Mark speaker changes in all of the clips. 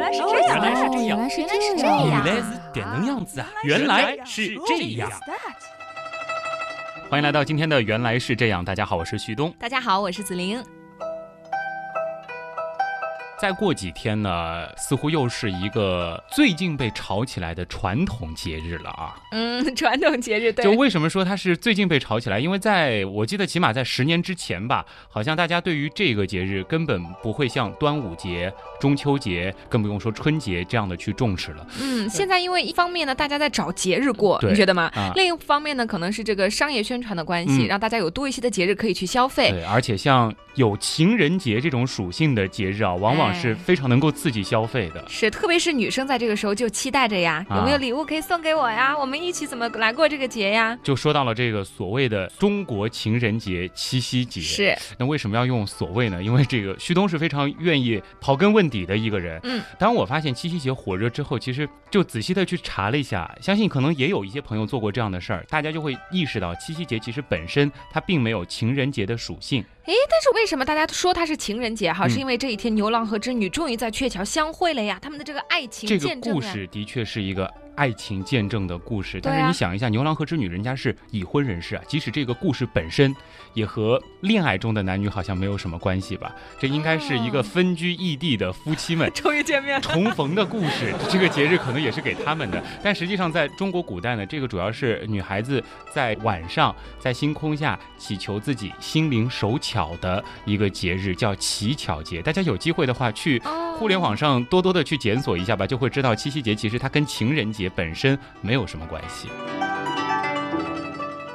Speaker 1: 来是
Speaker 2: 哦
Speaker 1: 这样，
Speaker 2: 原来是这样
Speaker 3: 原来
Speaker 2: 哦
Speaker 3: 是
Speaker 1: 原来是
Speaker 3: 这
Speaker 1: 这
Speaker 3: 样。
Speaker 1: 样
Speaker 2: 原来是这样子啊！
Speaker 4: 原
Speaker 2: 原
Speaker 4: 来
Speaker 2: 来
Speaker 4: 是
Speaker 2: 是
Speaker 4: 这
Speaker 2: 这
Speaker 4: 样
Speaker 2: 样。
Speaker 1: That
Speaker 2: 欢迎来到今天的《原来是这样》，大家好，我是旭东。
Speaker 3: 大家好，我是子玲。
Speaker 2: 再过几天呢，似乎又是一个最近被炒起来的传统节日了啊！
Speaker 3: 嗯， 传统节日
Speaker 2: 就为什么说它是最近被炒起来？因为在我记得，起码在十年之前吧，好像大家对于这个节日根本不会像端午节、中秋节，更不用说春节这样的去重视了。
Speaker 3: 嗯，现在因为一方面呢，大家在找节日过，
Speaker 2: 对
Speaker 3: 你觉得吗？
Speaker 2: 啊
Speaker 3: 另一方面呢，可能是这个商业宣传的关系，
Speaker 2: 嗯
Speaker 3: 让大家有多一些的节日可以去消费。
Speaker 2: 对，而且像有情人节这种属性的节日啊，往往是
Speaker 3: 哎
Speaker 2: 非常能够刺激消费的。
Speaker 3: 是，特别是女生在这个时候就期待着呀，
Speaker 2: 啊嗯
Speaker 3: 有没有礼物可以送给我呀？我们一起怎么来过这个节呀？
Speaker 2: 就说到了这个所谓的中国情人节、七夕节，
Speaker 3: 是，哎
Speaker 2: 那为什么要用所谓呢？因为这个旭东是非常愿意刨根问底的一个人。
Speaker 3: 嗯，
Speaker 2: 当我发现七夕节火热之后，其实就仔细的去查了一下，相信可能也有一些朋友做过这样的事儿，大家就会意识到七夕节其实本身它并没有情人节的属性。
Speaker 3: 但是为什么大家说它是情人节哈？
Speaker 2: 嗯
Speaker 3: 是因为这一天牛郎和织女终于在鹊桥相会了呀，他们的这个爱情
Speaker 2: 这个
Speaker 3: 见证啊
Speaker 2: 故
Speaker 3: 呀
Speaker 2: 事的确是一个。爱情见证的故事，
Speaker 3: 对啊
Speaker 2: 但是你想一下，牛郎和织女人家是已婚人士啊，即使这个故事本身也和恋爱中的男女好像没有什么关系吧？这应该是一个
Speaker 3: 哦
Speaker 2: 分居异地的夫妻们
Speaker 3: 终于见面了。
Speaker 2: 重逢的故事，这个节日可能也是给他们的。但实际上，在中国古代呢，这个主要是女孩子在晚上在星空下祈求自己心灵手巧的一个节日，叫乞巧节。大家有机会的话，去
Speaker 3: 哦
Speaker 2: 互联网上多多的去检索一下吧，就会知道七夕节其实它跟情人节本身没有什么关系。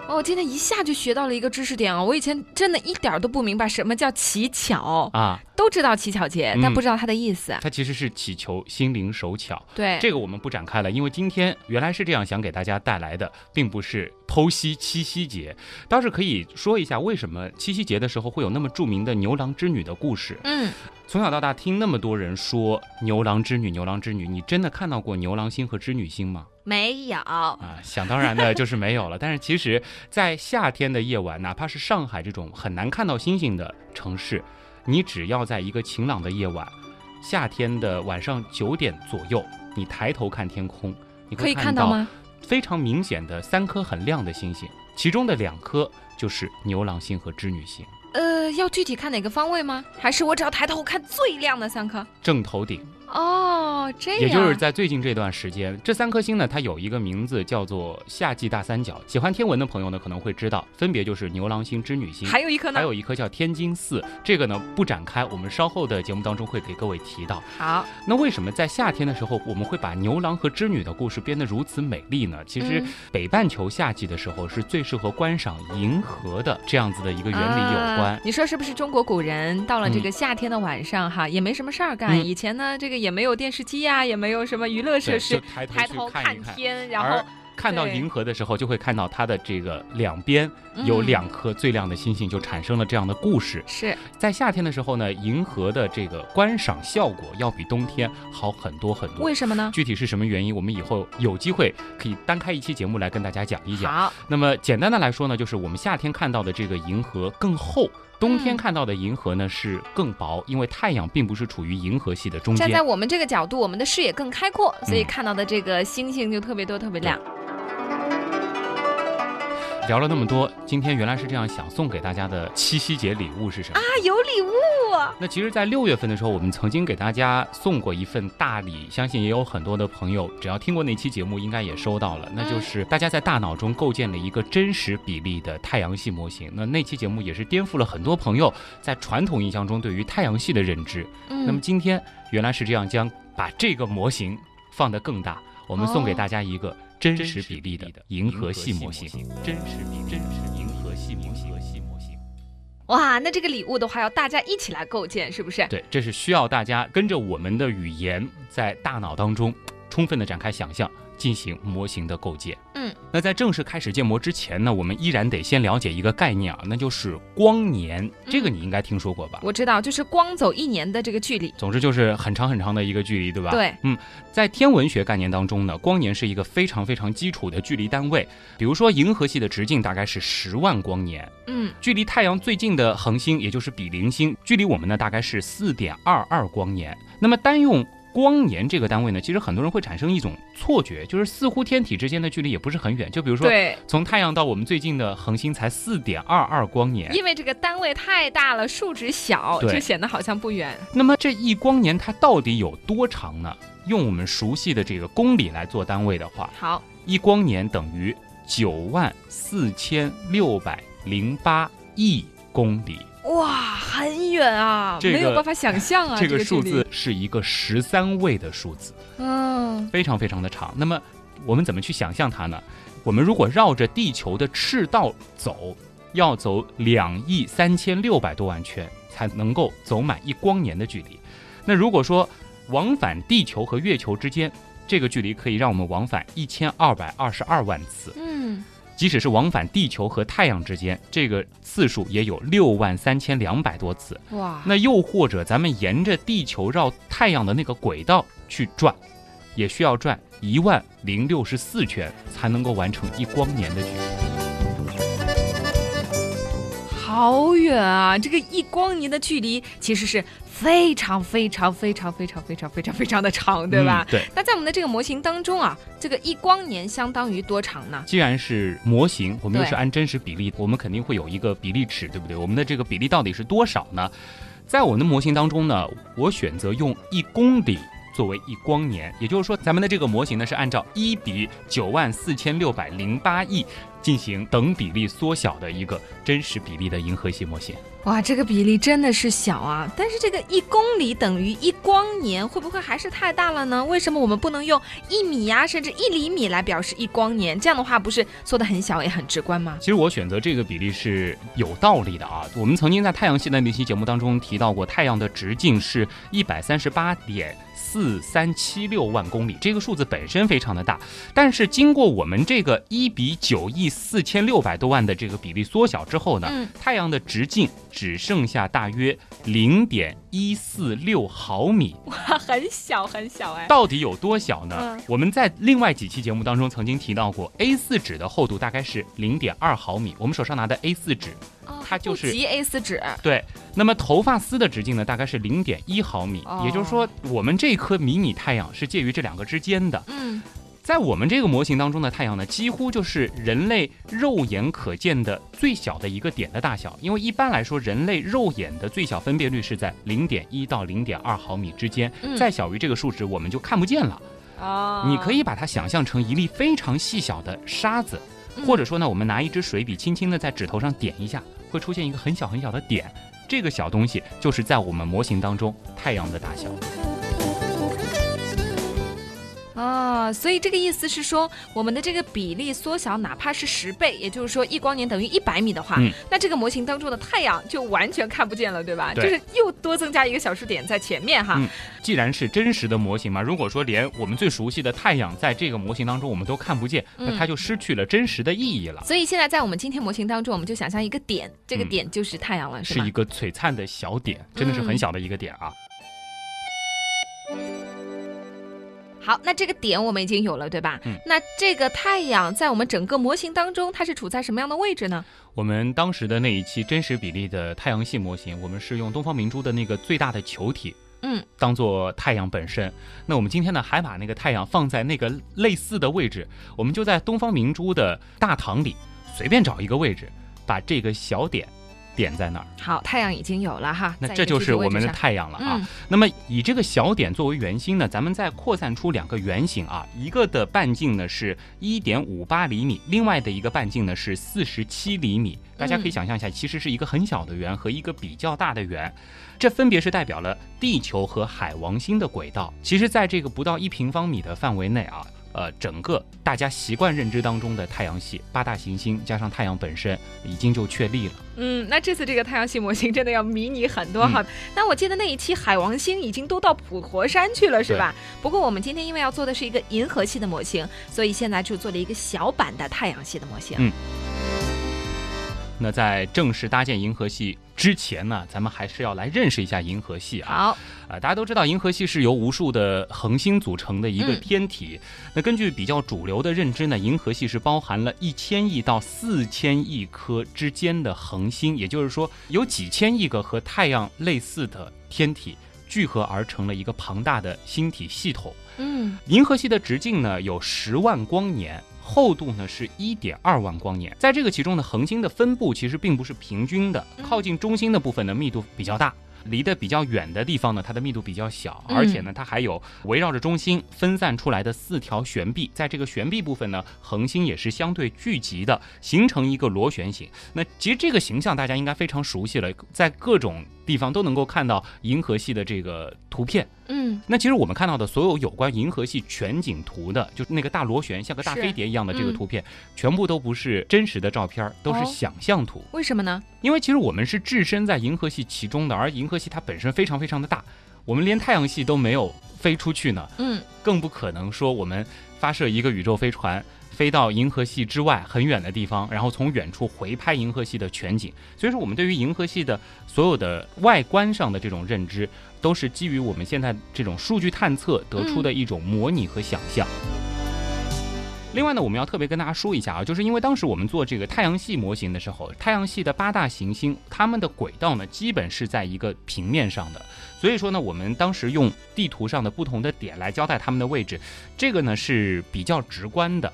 Speaker 3: 哦，我今天一下就学到了一个知识点啊！我以前真的一点儿都不明白什么叫乞巧，
Speaker 2: 啊，
Speaker 3: 都知道乞巧节，
Speaker 2: 嗯
Speaker 3: 但不知道它的意思。
Speaker 2: 它其实是祈求心灵手巧。
Speaker 3: 对，
Speaker 2: 这个我们不展开了，因为今天原来是这样想给大家带来的，并不是剖析七夕节，倒是可以说一下为什么七夕节的时候会有那么著名的牛郎织女的故事。
Speaker 3: 嗯，
Speaker 2: 从小到大听那么多人说牛郎织女，牛郎织女，你真的看到过牛郎星和织女星吗？
Speaker 3: 没有，
Speaker 2: 啊，想当然的就是没有了。但是其实，在夏天的夜晚，哪怕是上海这种很难看到星星的城市，你只要在一个晴朗的夜晚，夏天的晚上九点左右，你抬头看天空，你
Speaker 3: 可以看
Speaker 2: 看
Speaker 3: 到？吗？
Speaker 2: 非常明显的三颗很亮的星星，其中的两颗就是牛郎星和织女星，
Speaker 3: 呃，要具体看哪个方位吗？还是我只要抬头看最亮的三颗？
Speaker 2: 正头顶。
Speaker 3: 哦，这样，
Speaker 2: 也就是在最近这段时间，这三颗星呢，它有一个名字叫做夏季大三角。喜欢天文的朋友呢，可能会知道，分别就是牛郎星、织女星，
Speaker 3: 还有一颗呢
Speaker 2: 还。有一颗叫天津四，这个呢不展开，我们稍后的节目当中会给各位提到。
Speaker 3: 好，
Speaker 2: 那为什么在夏天的时候，我们会把牛郎和织女的故事变得如此美丽呢？其实
Speaker 3: 嗯
Speaker 2: 北半球夏季的时候是最适合观赏银河的这样子的一个原理有关。
Speaker 3: 啊你说是不是中国古人到了这个夏天的晚上哈，也没什么事儿干？
Speaker 2: 嗯
Speaker 3: 以前呢，这个也没有电视机呀、也没有什么娱乐设
Speaker 2: 对，
Speaker 3: 施
Speaker 2: 就，抬头
Speaker 3: 抬
Speaker 2: 去
Speaker 3: 头
Speaker 2: 看一看，
Speaker 3: 天，然
Speaker 2: 而
Speaker 3: 后
Speaker 2: 看到
Speaker 3: 对
Speaker 2: 银河的时候，就会看到它的这个两边有
Speaker 3: 嗯
Speaker 2: 两颗最亮的星星，就产生了这样的故事。
Speaker 3: 是
Speaker 2: 在夏天的时候呢，银河的这个观赏效果要比冬天好很多很多。
Speaker 3: 为什么呢？
Speaker 2: 具体是什么原因，我们以后有机会可以单开一期节目来跟大家讲一讲。
Speaker 3: 好，
Speaker 2: 那么简单的来说呢，就是我们夏天看到的这个银河更厚，冬天
Speaker 3: 嗯
Speaker 2: 看到的银河呢是更薄，因为太阳并不是处于银河系的中
Speaker 3: 站
Speaker 2: 间
Speaker 3: 在。我们这个角度，我们的视野更开阔，所以
Speaker 2: 嗯
Speaker 3: 看到的这个星星就特别多、特别亮。
Speaker 2: 聊了那么
Speaker 3: 嗯
Speaker 2: 多，今天原来是这样想送给大家的七夕节礼物是什么？
Speaker 3: 啊，有礼物！
Speaker 2: 那其实，在六月份的时候，我们曾经给大家送过一份大礼，相信也有很多的朋友，只要听过那期节目，应该也收到了。那
Speaker 4: 嗯
Speaker 2: 就是大家在大脑中构建了一个真实比例的太阳系模型。那那期节目也是颠覆了很多朋友在传统印象中对于太阳系的认知。那么
Speaker 3: 嗯，
Speaker 2: 今天原来是这样，将把这个模型放得更大，我们送给
Speaker 3: 哦
Speaker 2: 大家一个真
Speaker 4: 真
Speaker 2: 实
Speaker 4: 实
Speaker 2: 比
Speaker 4: 比
Speaker 2: 例
Speaker 4: 例
Speaker 2: 的
Speaker 4: 的
Speaker 2: 银
Speaker 4: 银
Speaker 2: 河
Speaker 4: 河
Speaker 2: 系
Speaker 4: 系
Speaker 2: 模
Speaker 4: 模
Speaker 2: 型
Speaker 4: 型。，
Speaker 2: 真实比真实银河系模型。
Speaker 3: 哇，那这个礼物的话，要大家一起来构建，是不是？
Speaker 2: 对，这是需要大家跟着我们的语言，在大脑当中充分的展开想象，进行模型的构建。
Speaker 3: 嗯，
Speaker 2: 那在正式开始建模之前呢，我们依然得先了解一个概念啊，那就是光年，这个你应该听说过吧？
Speaker 3: 嗯我知道，就是光走一年的这个距离。
Speaker 2: 总之就是很长很长的一个距离，对吧？
Speaker 3: 对，
Speaker 2: 在天文学概念当中呢，光年是一个非常非常基础的距离单位。比如说，银河系的直径大概是十万光年，
Speaker 3: 嗯，
Speaker 2: 距离太阳最近的恒星，也就是比邻星，距离我们呢大概是四点二二光年。那么单用光年这个单位呢，其实很多人会产生一种错觉，就是似乎天体之间的距离也不是很远。就比如说，
Speaker 3: 对，
Speaker 2: 从太阳到我们最近的恒星才四点二二光年。
Speaker 3: 因为这个单位太大了，数值小，
Speaker 2: 哎对
Speaker 3: 就显得好像不远。
Speaker 2: 那么这一光年它到底有多长呢？用我们熟悉的这个公里来做单位的话，
Speaker 3: 好，
Speaker 2: 一光年等于九万四千六百零八亿公里。
Speaker 3: 哇，很远啊，
Speaker 2: 这个
Speaker 3: 没有办法想象啊，
Speaker 2: 这
Speaker 3: 这
Speaker 2: 个
Speaker 3: 距
Speaker 2: 数
Speaker 3: 离
Speaker 2: 字，是一个十三位的数字，
Speaker 3: 嗯，
Speaker 2: 非常非常的长。那么我们怎么去想象它呢？我们如果绕着地球的赤道走，要走两亿三千六百多万圈才能够走满一光年的距离。那如果说往返地球和月球之间，这个距离可以让我们往返一千二百二十二万次。
Speaker 3: 嗯，
Speaker 2: 即使是往返地球和太阳之间，这个次数也有六万三千两百多次。
Speaker 3: 哇，
Speaker 2: 那又或者咱们沿着地球绕太阳的那个轨道去转，也需要转一万零六十四圈才能够完成一光年的距离。
Speaker 3: 好远啊！这个一光年的距离其实是非常非常非常非常非常非常非常的长，对吧？
Speaker 2: 嗯对。
Speaker 3: 那在我们的这个模型当中啊，这个一光年相当于多长呢？
Speaker 2: 既然是模型，我们又
Speaker 3: 对
Speaker 2: 是按真实比例，我们肯定会有一个比例尺，对不对？我们的这个比例到底是多少呢？在我们的模型当中呢，我选择用一公里作为一光年，也就是说，咱们的这个模型呢是按照一比九万四千六百零八亿进行等比例缩小的一个真实比例的银河系模型。
Speaker 3: 哇，这个比例真的是小啊！但是这个一公里等于一光年，会不会还是太大了呢？为什么我们不能用一米呀、甚至一厘米来表示一光年？这样的话，不是缩的很小也很直观吗？
Speaker 2: 其实我选择这个比例是有道理的啊。我们曾经在太阳系的那期节目当中提到过，太阳的直径是一百三十八点四三七六万公里，这个数字本身非常的大，但是经过我们这个一比九亿四千六百多万的这个比例缩小之后呢，
Speaker 3: 嗯，
Speaker 2: 太阳的直径只剩下大约零点一四六毫米，
Speaker 3: 哇， 很小很小哎。
Speaker 2: 到底有多小呢
Speaker 3: 嗯？
Speaker 2: 我们在另外几期节目当中曾经提到过，A 4纸的厚度大概是零点二毫米，我们手上拿的 A 4纸。
Speaker 3: 哦
Speaker 2: 它就是
Speaker 3: 不及 A 4纸，
Speaker 2: 对，那么头发丝的直径呢，大概是零点一毫米，
Speaker 3: 哦
Speaker 2: 也就是说，我们这颗迷你太阳是介于这两个之间的。
Speaker 3: 嗯，
Speaker 2: 在我们这个模型当中的太阳呢，几乎就是人类肉眼可见的最小的一个点的大小，因为一般来说，人类肉眼的最小分辨率是在零点一到零点二毫米之间，
Speaker 3: 嗯
Speaker 2: 再小于这个数值我们就看不见了。
Speaker 3: 哦
Speaker 2: 你可以把它想象成一粒非常细小的沙子，
Speaker 3: 嗯
Speaker 2: 或者说呢，我们拿一支水笔轻轻的在指头上点一下，会出现一个很小很小的点。这个小东西就是在我们模型当中太阳的大小。
Speaker 3: 啊，所以这个意思是说，我们的这个比例缩小，哪怕是十倍，也就是说一光年等于一百米的话，
Speaker 2: 嗯
Speaker 3: 那这个模型当中的太阳就完全看不见了，对吧？
Speaker 2: 对
Speaker 3: 就是又多增加一个小数点在前面哈。
Speaker 2: 嗯既然是真实的模型嘛，如果说连我们最熟悉的太阳在这个模型当中我们都看不见，
Speaker 3: 嗯
Speaker 2: 那它就失去了真实的意义了。
Speaker 3: 所以现在在我们今天模型当中，我们就想象一个点，这个
Speaker 2: 嗯
Speaker 3: 点就是太阳了，是
Speaker 2: 是
Speaker 3: 吗？
Speaker 2: 一个璀璨的小点，真的是很
Speaker 3: 嗯
Speaker 2: 小的一个点啊。
Speaker 3: 好，那这个点我们已经有了，对吧？
Speaker 2: 嗯
Speaker 3: 那这个太阳在我们整个模型当中，它是处在什么样的位置呢？
Speaker 2: 我们当时的那一期真实比例的太阳系模型，我们是用东方明珠的那个最大的球体，
Speaker 3: 嗯，
Speaker 2: 当做太阳本身。那我们今天呢，还把那个太阳放在那个类似的位置，我们就在东方明珠的大堂里随便找一个位置，把这个小点点在那儿，
Speaker 3: 好，太阳已经有了哈，
Speaker 2: 那
Speaker 3: 在一
Speaker 2: 这
Speaker 3: 个
Speaker 2: 就
Speaker 3: 具
Speaker 2: 是
Speaker 3: 体位
Speaker 2: 我
Speaker 3: 置
Speaker 2: 们的
Speaker 3: 上
Speaker 2: 太阳了啊。
Speaker 3: 嗯
Speaker 2: 那么以这个小点作为圆心呢，咱们再扩散出两个圆形啊，一个的半径呢是一点五八厘米，另外的一个半径呢是四十七厘米。大家可以想象一下，其实是一个很小的圆和一个比较大的圆，这分别是代表了地球和海王星的轨道。其实，在这个不到一平方米的范围内啊。呃，整个大家习惯认知当中的太阳系八大行星加上太阳本身，已经就确立了。
Speaker 3: 嗯，那这次这个太阳系模型真的要迷你很多哈。那我记得那一期海王星已经都到普陀山去了，是吧？不过我们今天因为要做的是一个银河系的模型，所以现在就做了一个小版的太阳系的模型。
Speaker 2: 嗯那在正式搭建银河系之前呢，咱们还是要来认识一下银河系啊。
Speaker 3: 好，
Speaker 2: 啊，大家都知道，银河系是由无数的恒星组成的一个
Speaker 3: 嗯
Speaker 2: 天体。那根据比较主流的认知呢，银河系是包含了一千亿到四千亿颗之间的恒星，也就是说，有几千亿个和太阳类似的天体。聚合而成了一个庞大的星体系统。
Speaker 3: 嗯，
Speaker 2: 银河系的直径呢有十万光年，厚度呢是一点二万光年。在这个其中呢，恒星的分布其实并不是平均的，
Speaker 3: 嗯
Speaker 2: 靠近中心的部分呢密度比较大。离得比较远的地方呢，它的密度比较小，
Speaker 3: 嗯
Speaker 2: 而且呢，它还有围绕着中心分散出来的四条悬臂，在这个悬臂部分呢，恒星也是相对聚集的，形成一个螺旋形。那其实这个形象大家应该非常熟悉了，在各种地方都能够看到银河系的这个图片。
Speaker 3: 嗯，
Speaker 2: 那其实我们看到的所有有关银河系全景图的，就是那个大螺旋像个大
Speaker 3: 是
Speaker 2: 飞碟一样的这个
Speaker 3: 嗯
Speaker 2: 图片，全部都不是真实的照片儿，都
Speaker 3: 哦
Speaker 2: 是想象图。
Speaker 3: 为什么呢？
Speaker 2: 因为其实我们是置身在银河系其中的，而银河系它本身非常非常的大，我们连太阳系都没有飞出去呢，
Speaker 3: 嗯，
Speaker 2: 更不可能说我们发射一个宇宙飞船。飞到银河系之外很远的地方，然后从远处回拍银河系的全景。所以说，我们对于银河系的所有的外观上的这种认知，都是基于我们现在这种数据探测得出的一种模拟和想象。另外呢，我们要特别跟大家说一下啊，就是因为当时我们做这个太阳系模型的时候，太阳系的八大行星它们的轨道呢，基本是在一个平面上的，所以说呢，我们当时用地图上的不同的点来交代它们的位置，这个呢是比较直观的。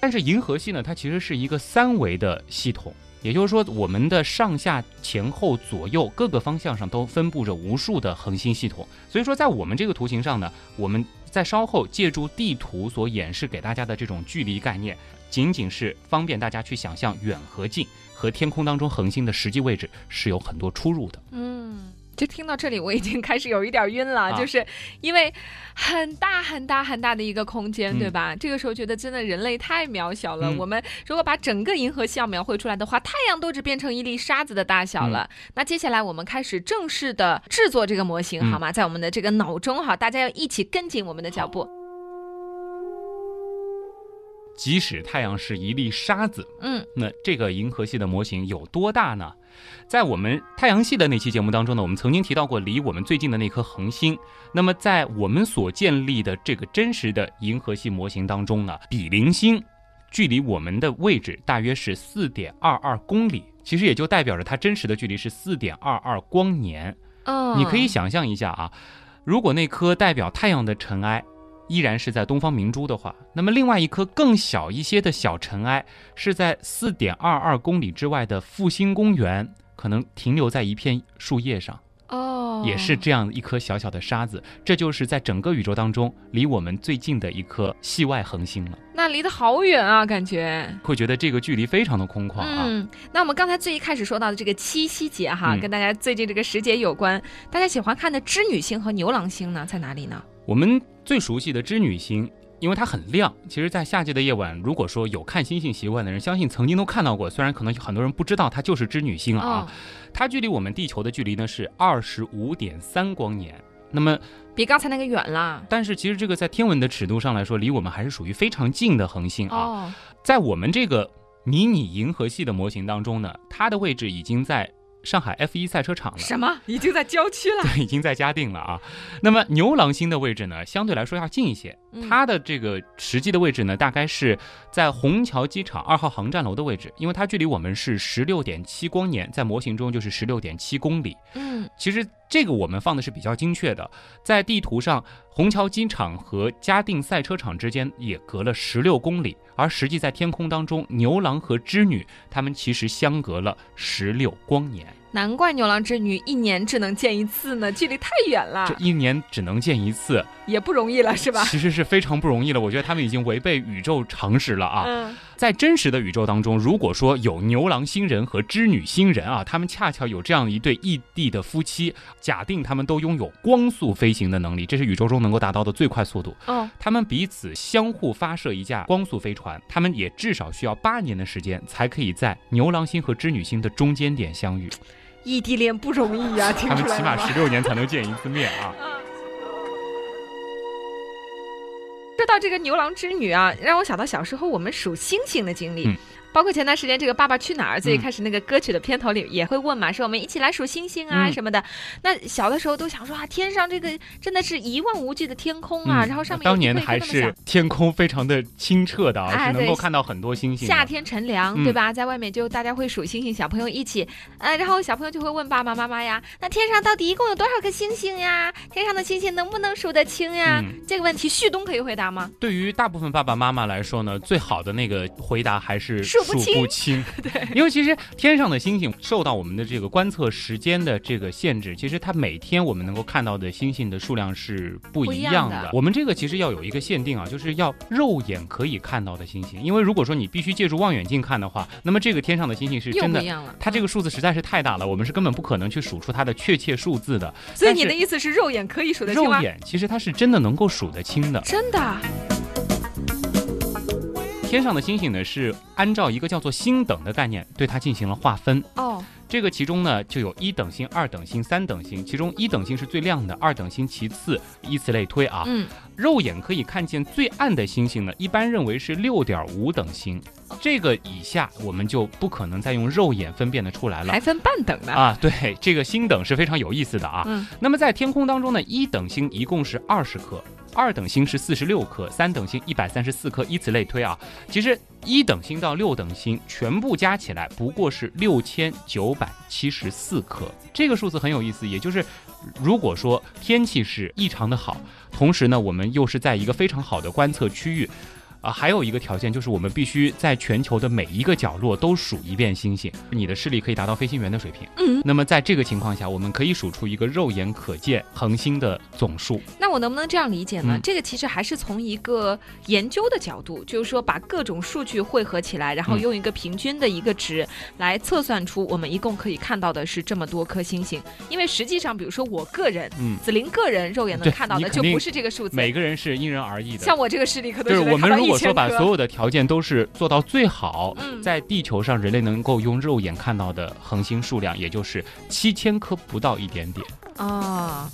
Speaker 2: 但是银河系呢，它其实是一个三维的系统，也就是说，我们的上下前后左右各个方向上都分布着无数的恒星系统，所以说在我们这个图形上呢，我们在稍后借助地图所演示给大家的这种距离概念，仅仅是方便大家去想象远和近和天空当中恒星的实际位置是有很多出入的。
Speaker 3: 嗯，就听到这里，我已经开始有一点晕了，
Speaker 2: 啊
Speaker 3: 就是因为很大很大很大的一个空间，
Speaker 2: 嗯
Speaker 3: 对吧？这个时候觉得真的人类太渺小了。
Speaker 2: 嗯
Speaker 3: 我们如果把整个银河系要描绘出来的话，太阳都只变成一粒沙子的大小了。那接下来我们开始正式的制作这个模型，
Speaker 2: 嗯
Speaker 3: 好吗？在我们的这个脑中哈，大家要一起跟紧我们的脚步。
Speaker 2: 即使太阳是一粒沙子，
Speaker 3: 嗯，
Speaker 2: 那这个银河系的模型有多大呢？在我们太阳系的那期节目当中呢，我们曾经提到过离我们最近的那颗恒星。那么在我们所建立的这个真实的银河系模型当中呢，比邻星距离我们的位置大约是四点二二公里，其实也就代表着它真实的距离是四点二二光年。
Speaker 3: 嗯，
Speaker 2: 你可以想象一下啊，如果那颗代表太阳的尘埃依然是在东方明珠的话，那么另外一颗更小一些的小尘埃是在四点二二公里之外的复兴公园，可能停留在一片树叶上，
Speaker 3: 哦，
Speaker 2: 也是这样一颗小小的沙子。这就是在整个宇宙当中离我们最近的一颗系外恒星了，
Speaker 3: 那离得好远啊，感觉。
Speaker 2: 会觉得这个距离非常的空旷啊。
Speaker 3: 嗯，那我们刚才最一开始说到的这个七夕节哈，
Speaker 2: 嗯
Speaker 3: 跟大家最近这个时节有关，大家喜欢看的织女星和牛郎星呢，在哪里呢？
Speaker 2: 我们最熟悉的织女星，因为它很亮，其实，在夏季的夜晚，如果说有看星星习惯的人，相信曾经都看到过。虽然可能很多人不知道它就是织女星啊，
Speaker 3: 哦，
Speaker 2: 它距离我们地球的距离呢是二十五点三光年。那么，
Speaker 3: 比刚才那个远啦。
Speaker 2: 但是其实这个在天文的尺度上来说，离我们还是属于非常近的恒星啊。
Speaker 3: 哦，
Speaker 2: 在我们这个迷你银河系的模型当中呢，它的位置已经在上海 F 一赛车场了。
Speaker 3: 什么？已经在郊区 了。
Speaker 2: 对，已经在嘉定了啊。那么牛郎星的位置呢，相对来说要近一些，
Speaker 3: 嗯
Speaker 2: 它的这个实际的位置呢，大概是在虹桥机场二号航站楼的位置，因为它距离我们是十六点七光年，在模型中就是十六点七公里。
Speaker 3: 嗯，
Speaker 2: 其实这个我们放的是比较精确的，在地图上，虹桥机场和嘉定赛车场之间也隔了十六公里，而实际在天空当中，牛郎和织女他们其实相隔了十六光年。
Speaker 3: 难怪牛郎织女一年只能见一次呢，距离太远了
Speaker 2: 这，一年只能见一次，
Speaker 3: 也不容易了，是吧？
Speaker 2: 其实是非常不容易了。我觉得他们已经违背宇宙常识了啊！
Speaker 3: 嗯，
Speaker 2: 在真实的宇宙当中，如果说有牛郎星人和织女星人啊，他们恰巧有这样一对异地的夫妻，假定他们都拥有光速飞行的能力，这是宇宙中能够达到的最快速度。
Speaker 3: 哦，
Speaker 2: 他们彼此相互发射一架光速飞船，他们也至少需要八年的时间才可以在牛郎星和织女星的中间点相遇。
Speaker 3: 异地恋不容易啊呀，听
Speaker 2: 他们
Speaker 3: 出来
Speaker 2: 起码
Speaker 3: 了吗
Speaker 2: 十六年才能见一次面啊！
Speaker 3: 啊说到这个牛郎织女啊，让我想到小时候我们数星星的经历。
Speaker 2: 嗯
Speaker 3: 包括前段时间这个《爸爸去哪儿》最
Speaker 2: 嗯
Speaker 3: 开始那个歌曲的片头里也会问嘛，说我们一起来数星星啊
Speaker 2: 嗯
Speaker 3: 什么的。那小的时候都想说啊，天上这个真的是一望无际的天空啊，
Speaker 2: 嗯
Speaker 3: 然后上面
Speaker 2: 当
Speaker 3: 有
Speaker 2: 年
Speaker 3: 玫瑰
Speaker 2: 还
Speaker 3: 那么小
Speaker 2: 是天空非常的清澈的啊，
Speaker 3: 哎
Speaker 2: 是能
Speaker 3: 对
Speaker 2: 够看到很多星星的。
Speaker 3: 夏天乘凉，
Speaker 2: 嗯
Speaker 3: 对吧？在外面就大家会数星星，小朋友一起，呃，然后小朋友就会问爸爸妈妈呀，那天上到底一共有多少颗星星呀？天上的星星能不能数得清呀？
Speaker 2: 嗯
Speaker 3: 这个问题，旭东可以回答吗？
Speaker 2: 对于大部分爸爸妈妈来说呢，最好的那个回答还是
Speaker 3: 数不
Speaker 2: 不
Speaker 3: 清
Speaker 2: 清。对，因为其实天上的星星受到我们的这个观测时间的这个限制，其实它每天我们能够看到的星星的数量是不
Speaker 3: 不一
Speaker 2: 一
Speaker 3: 样
Speaker 2: 样的。
Speaker 3: 的
Speaker 2: 我们这个其实要有一个限定啊，就是要肉眼可以看到的星星，因为如果说你必须借助望远镜看的话，那么这个天上的星星是
Speaker 3: 又
Speaker 2: 真
Speaker 3: 不
Speaker 2: 的
Speaker 3: 一。样了。嗯
Speaker 2: 它这个数字实在是太大了，我们是根本不可能去数出它的确切数字的。
Speaker 3: 所以
Speaker 2: 但
Speaker 3: 你
Speaker 2: 是
Speaker 3: 的意思是肉眼可以数得清
Speaker 2: 肉
Speaker 3: 吗？啊
Speaker 2: 眼其实它是真的能够数得清的。
Speaker 3: 真的，
Speaker 2: 天上的星星呢，是按照一个叫做星等的概念对它进行了划分。
Speaker 3: 哦，
Speaker 2: 这个其中呢，就有一等星、二等星、三等星，其中一等星是最亮的，二等星其次，依此类推啊。
Speaker 3: 嗯，
Speaker 2: 肉眼可以看见最暗的星星呢，一般认为是六点五等星，
Speaker 3: 哦
Speaker 2: 这个以下我们就不可能再用肉眼分辨得出来了
Speaker 3: 还。分半等呢。
Speaker 2: 啊，对，这个星等是非常有意思的啊。
Speaker 3: 嗯，
Speaker 2: 那么在天空当中呢，一等星一共是二十颗，二等星是四十六颗，三等星一百三十四颗，以此类推啊。其实一等星到六等星全部加起来不过是六千九百七十四颗，这个数字很有意思，也就是。如果说天气是异常的好，同时呢，我们又是在一个非常好的观测区域，啊，还有一个条件就是我们必须在全球的每一个角落都数一遍星星，你的视力可以达到飞行员的水平。
Speaker 3: 嗯，
Speaker 2: 那么在这个情况下，我们可以数出一个肉眼可见恒星的总数。
Speaker 3: 那我能不能这样理解呢？
Speaker 2: 嗯
Speaker 3: 这个其实还是从一个研究的角度，就是说把各种数据汇合起来，然后
Speaker 2: 嗯
Speaker 3: 用一个平均的一个值来测算出我们一共可以看到的是这么多颗星星。因为实际上，比如说我个人，
Speaker 2: 嗯，
Speaker 3: 紫菱个人肉眼能
Speaker 2: 对
Speaker 3: 看到的
Speaker 2: 你
Speaker 3: 就
Speaker 2: 肯定
Speaker 3: 不是这个数字。
Speaker 2: 每个人是因人而异的。
Speaker 3: 像我这个视力可能
Speaker 2: 就
Speaker 3: 只
Speaker 2: 是
Speaker 3: 能
Speaker 2: 我们
Speaker 3: 看到
Speaker 2: 如果说
Speaker 3: 1000
Speaker 2: 把
Speaker 3: 颗
Speaker 2: 所有的条件都是做到最好，
Speaker 3: 嗯
Speaker 2: 在地球上人类能够用肉眼看到的恒星数量，也就是七千颗不到一点点。
Speaker 3: 啊。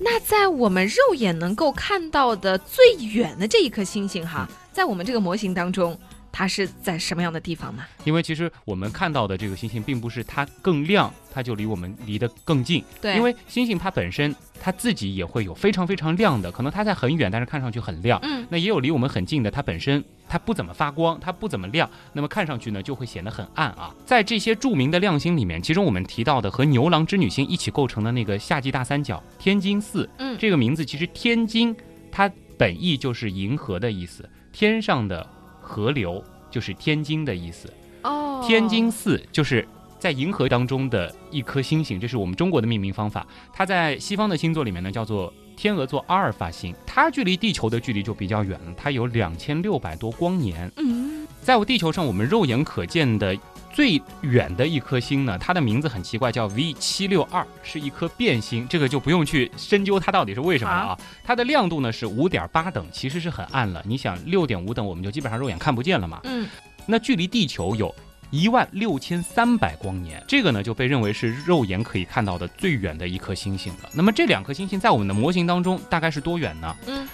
Speaker 3: 那在我们肉眼能够看到的最远的这一颗星星哈，在我们这个模型当中，它是在什么样的地方呢？
Speaker 2: 因为其实我们看到的这个星星，并不是它更亮，它就离我们离得更近。
Speaker 3: 对，
Speaker 2: 因为星星它本身它自己也会有非常非常亮的，可能它在很远，但是看上去很亮。
Speaker 3: 嗯，
Speaker 2: 那也有离我们很近的，它本身它不怎么发光，它不怎么亮，那么看上去呢就会显得很暗啊。在这些著名的亮星里面，其中我们提到的和牛郎织女星一起构成的那个夏季大三角天津四，
Speaker 3: 嗯
Speaker 2: 这个名字其实天津它本意就是银河的意思，天上的河流就是天津的意思，
Speaker 3: 哦，
Speaker 2: 天津四就是。在银河当中的一颗星星，这是我们中国的命名方法。它在西方的星座里面呢，叫做天鹅座阿尔法星。它距离地球的距离就比较远了，它有两千六百多光年。
Speaker 3: 嗯，
Speaker 2: 在我地球上，我们肉眼可见的最远的一颗星呢，它的名字很奇怪，叫 V 七六二，是一颗变星。这个就不用去深究它到底是为什么了啊。它的亮度呢是五点八等，其实是很暗了。你想六点五等，我们就基本上肉眼看不见了嘛。
Speaker 3: 嗯，
Speaker 2: 那距离地球有一万六千三百光年，这个呢就被认为是肉眼可以看到的最远的一颗星星了。那么这两颗星星在我们的模型当中大概是多远呢？
Speaker 3: 嗯。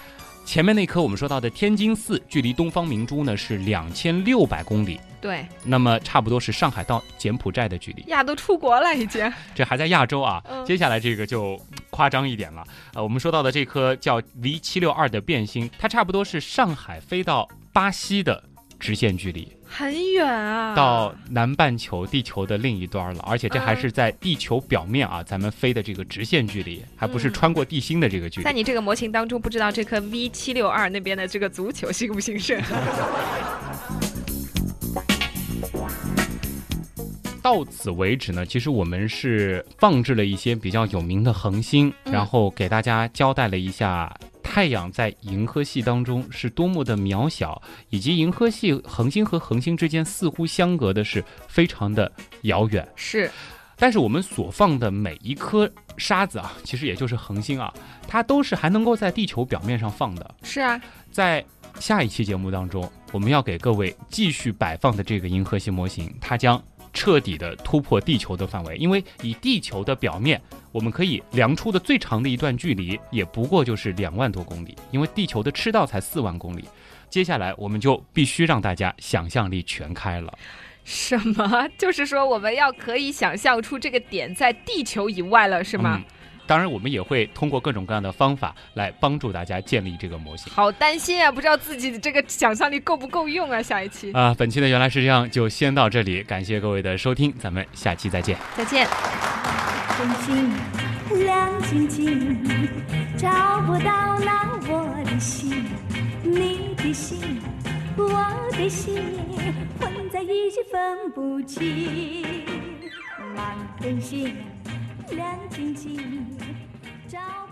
Speaker 2: 前面那颗我们说到的天津四，距离东方明珠呢是两千六百公里，
Speaker 3: 对，
Speaker 2: 那么差不多是上海到柬埔寨的距离。
Speaker 3: 呀，都出国了已经。
Speaker 2: 这还在亚洲啊
Speaker 3: 嗯，
Speaker 2: 接下来这个就嗯夸张一点了。呃，我们说到的这颗叫 V 七六二的变星，它差不多是上海飞到巴西的直线距离。
Speaker 3: 很远啊，
Speaker 2: 到南半球地球的另一端了，而且这还
Speaker 3: 嗯
Speaker 2: 是在地球表面啊，咱们飞的这个直线距离，还不是
Speaker 3: 嗯
Speaker 2: 穿过地心的这个距
Speaker 3: 在
Speaker 2: 离。
Speaker 3: 你这个模型当中，不知道这颗 V 七六二那边的这个足球兴不兴 盛？
Speaker 2: 到此为止呢，其实我们是放置了一些比较有名的恒星，
Speaker 3: 嗯
Speaker 2: 然后给大家交代了一下。太阳在银河系当中是多么的渺小，以及银河系恒星和恒星之间似乎相隔的是非常的遥远。
Speaker 3: 是，
Speaker 2: 但是我们所放的每一颗沙子啊，其实也就是恒星啊，它都是还能够在地球表面上放的。
Speaker 3: 是啊，
Speaker 2: 在下一期节目当中，我们要给各位继续摆放的这个银河系模型，它将彻底的突破地球的范围，因为以地球的表面，我们可以量出的最长的一段距离，也不过就是两万多公里，因为地球的赤道才四万公里。接下来我们就必须让大家想象力全开了。
Speaker 3: 什么？ 就是说我们要可以想象出这个点在地球以外了，是吗？
Speaker 2: 嗯当然，我们也会通过各种各样的方法来帮助大家建立这个模型。
Speaker 3: 好担心啊，不知道自己这个想象力够不够用啊！下一期
Speaker 2: 啊，本期的原来是这样，就先到这里，感谢各位的收听，咱们下期再见。
Speaker 3: 再见。
Speaker 1: 真心亮晶晶，找不到了我的心，你的心，我的心混在一起分不清。满天星，亮晶晶，找不。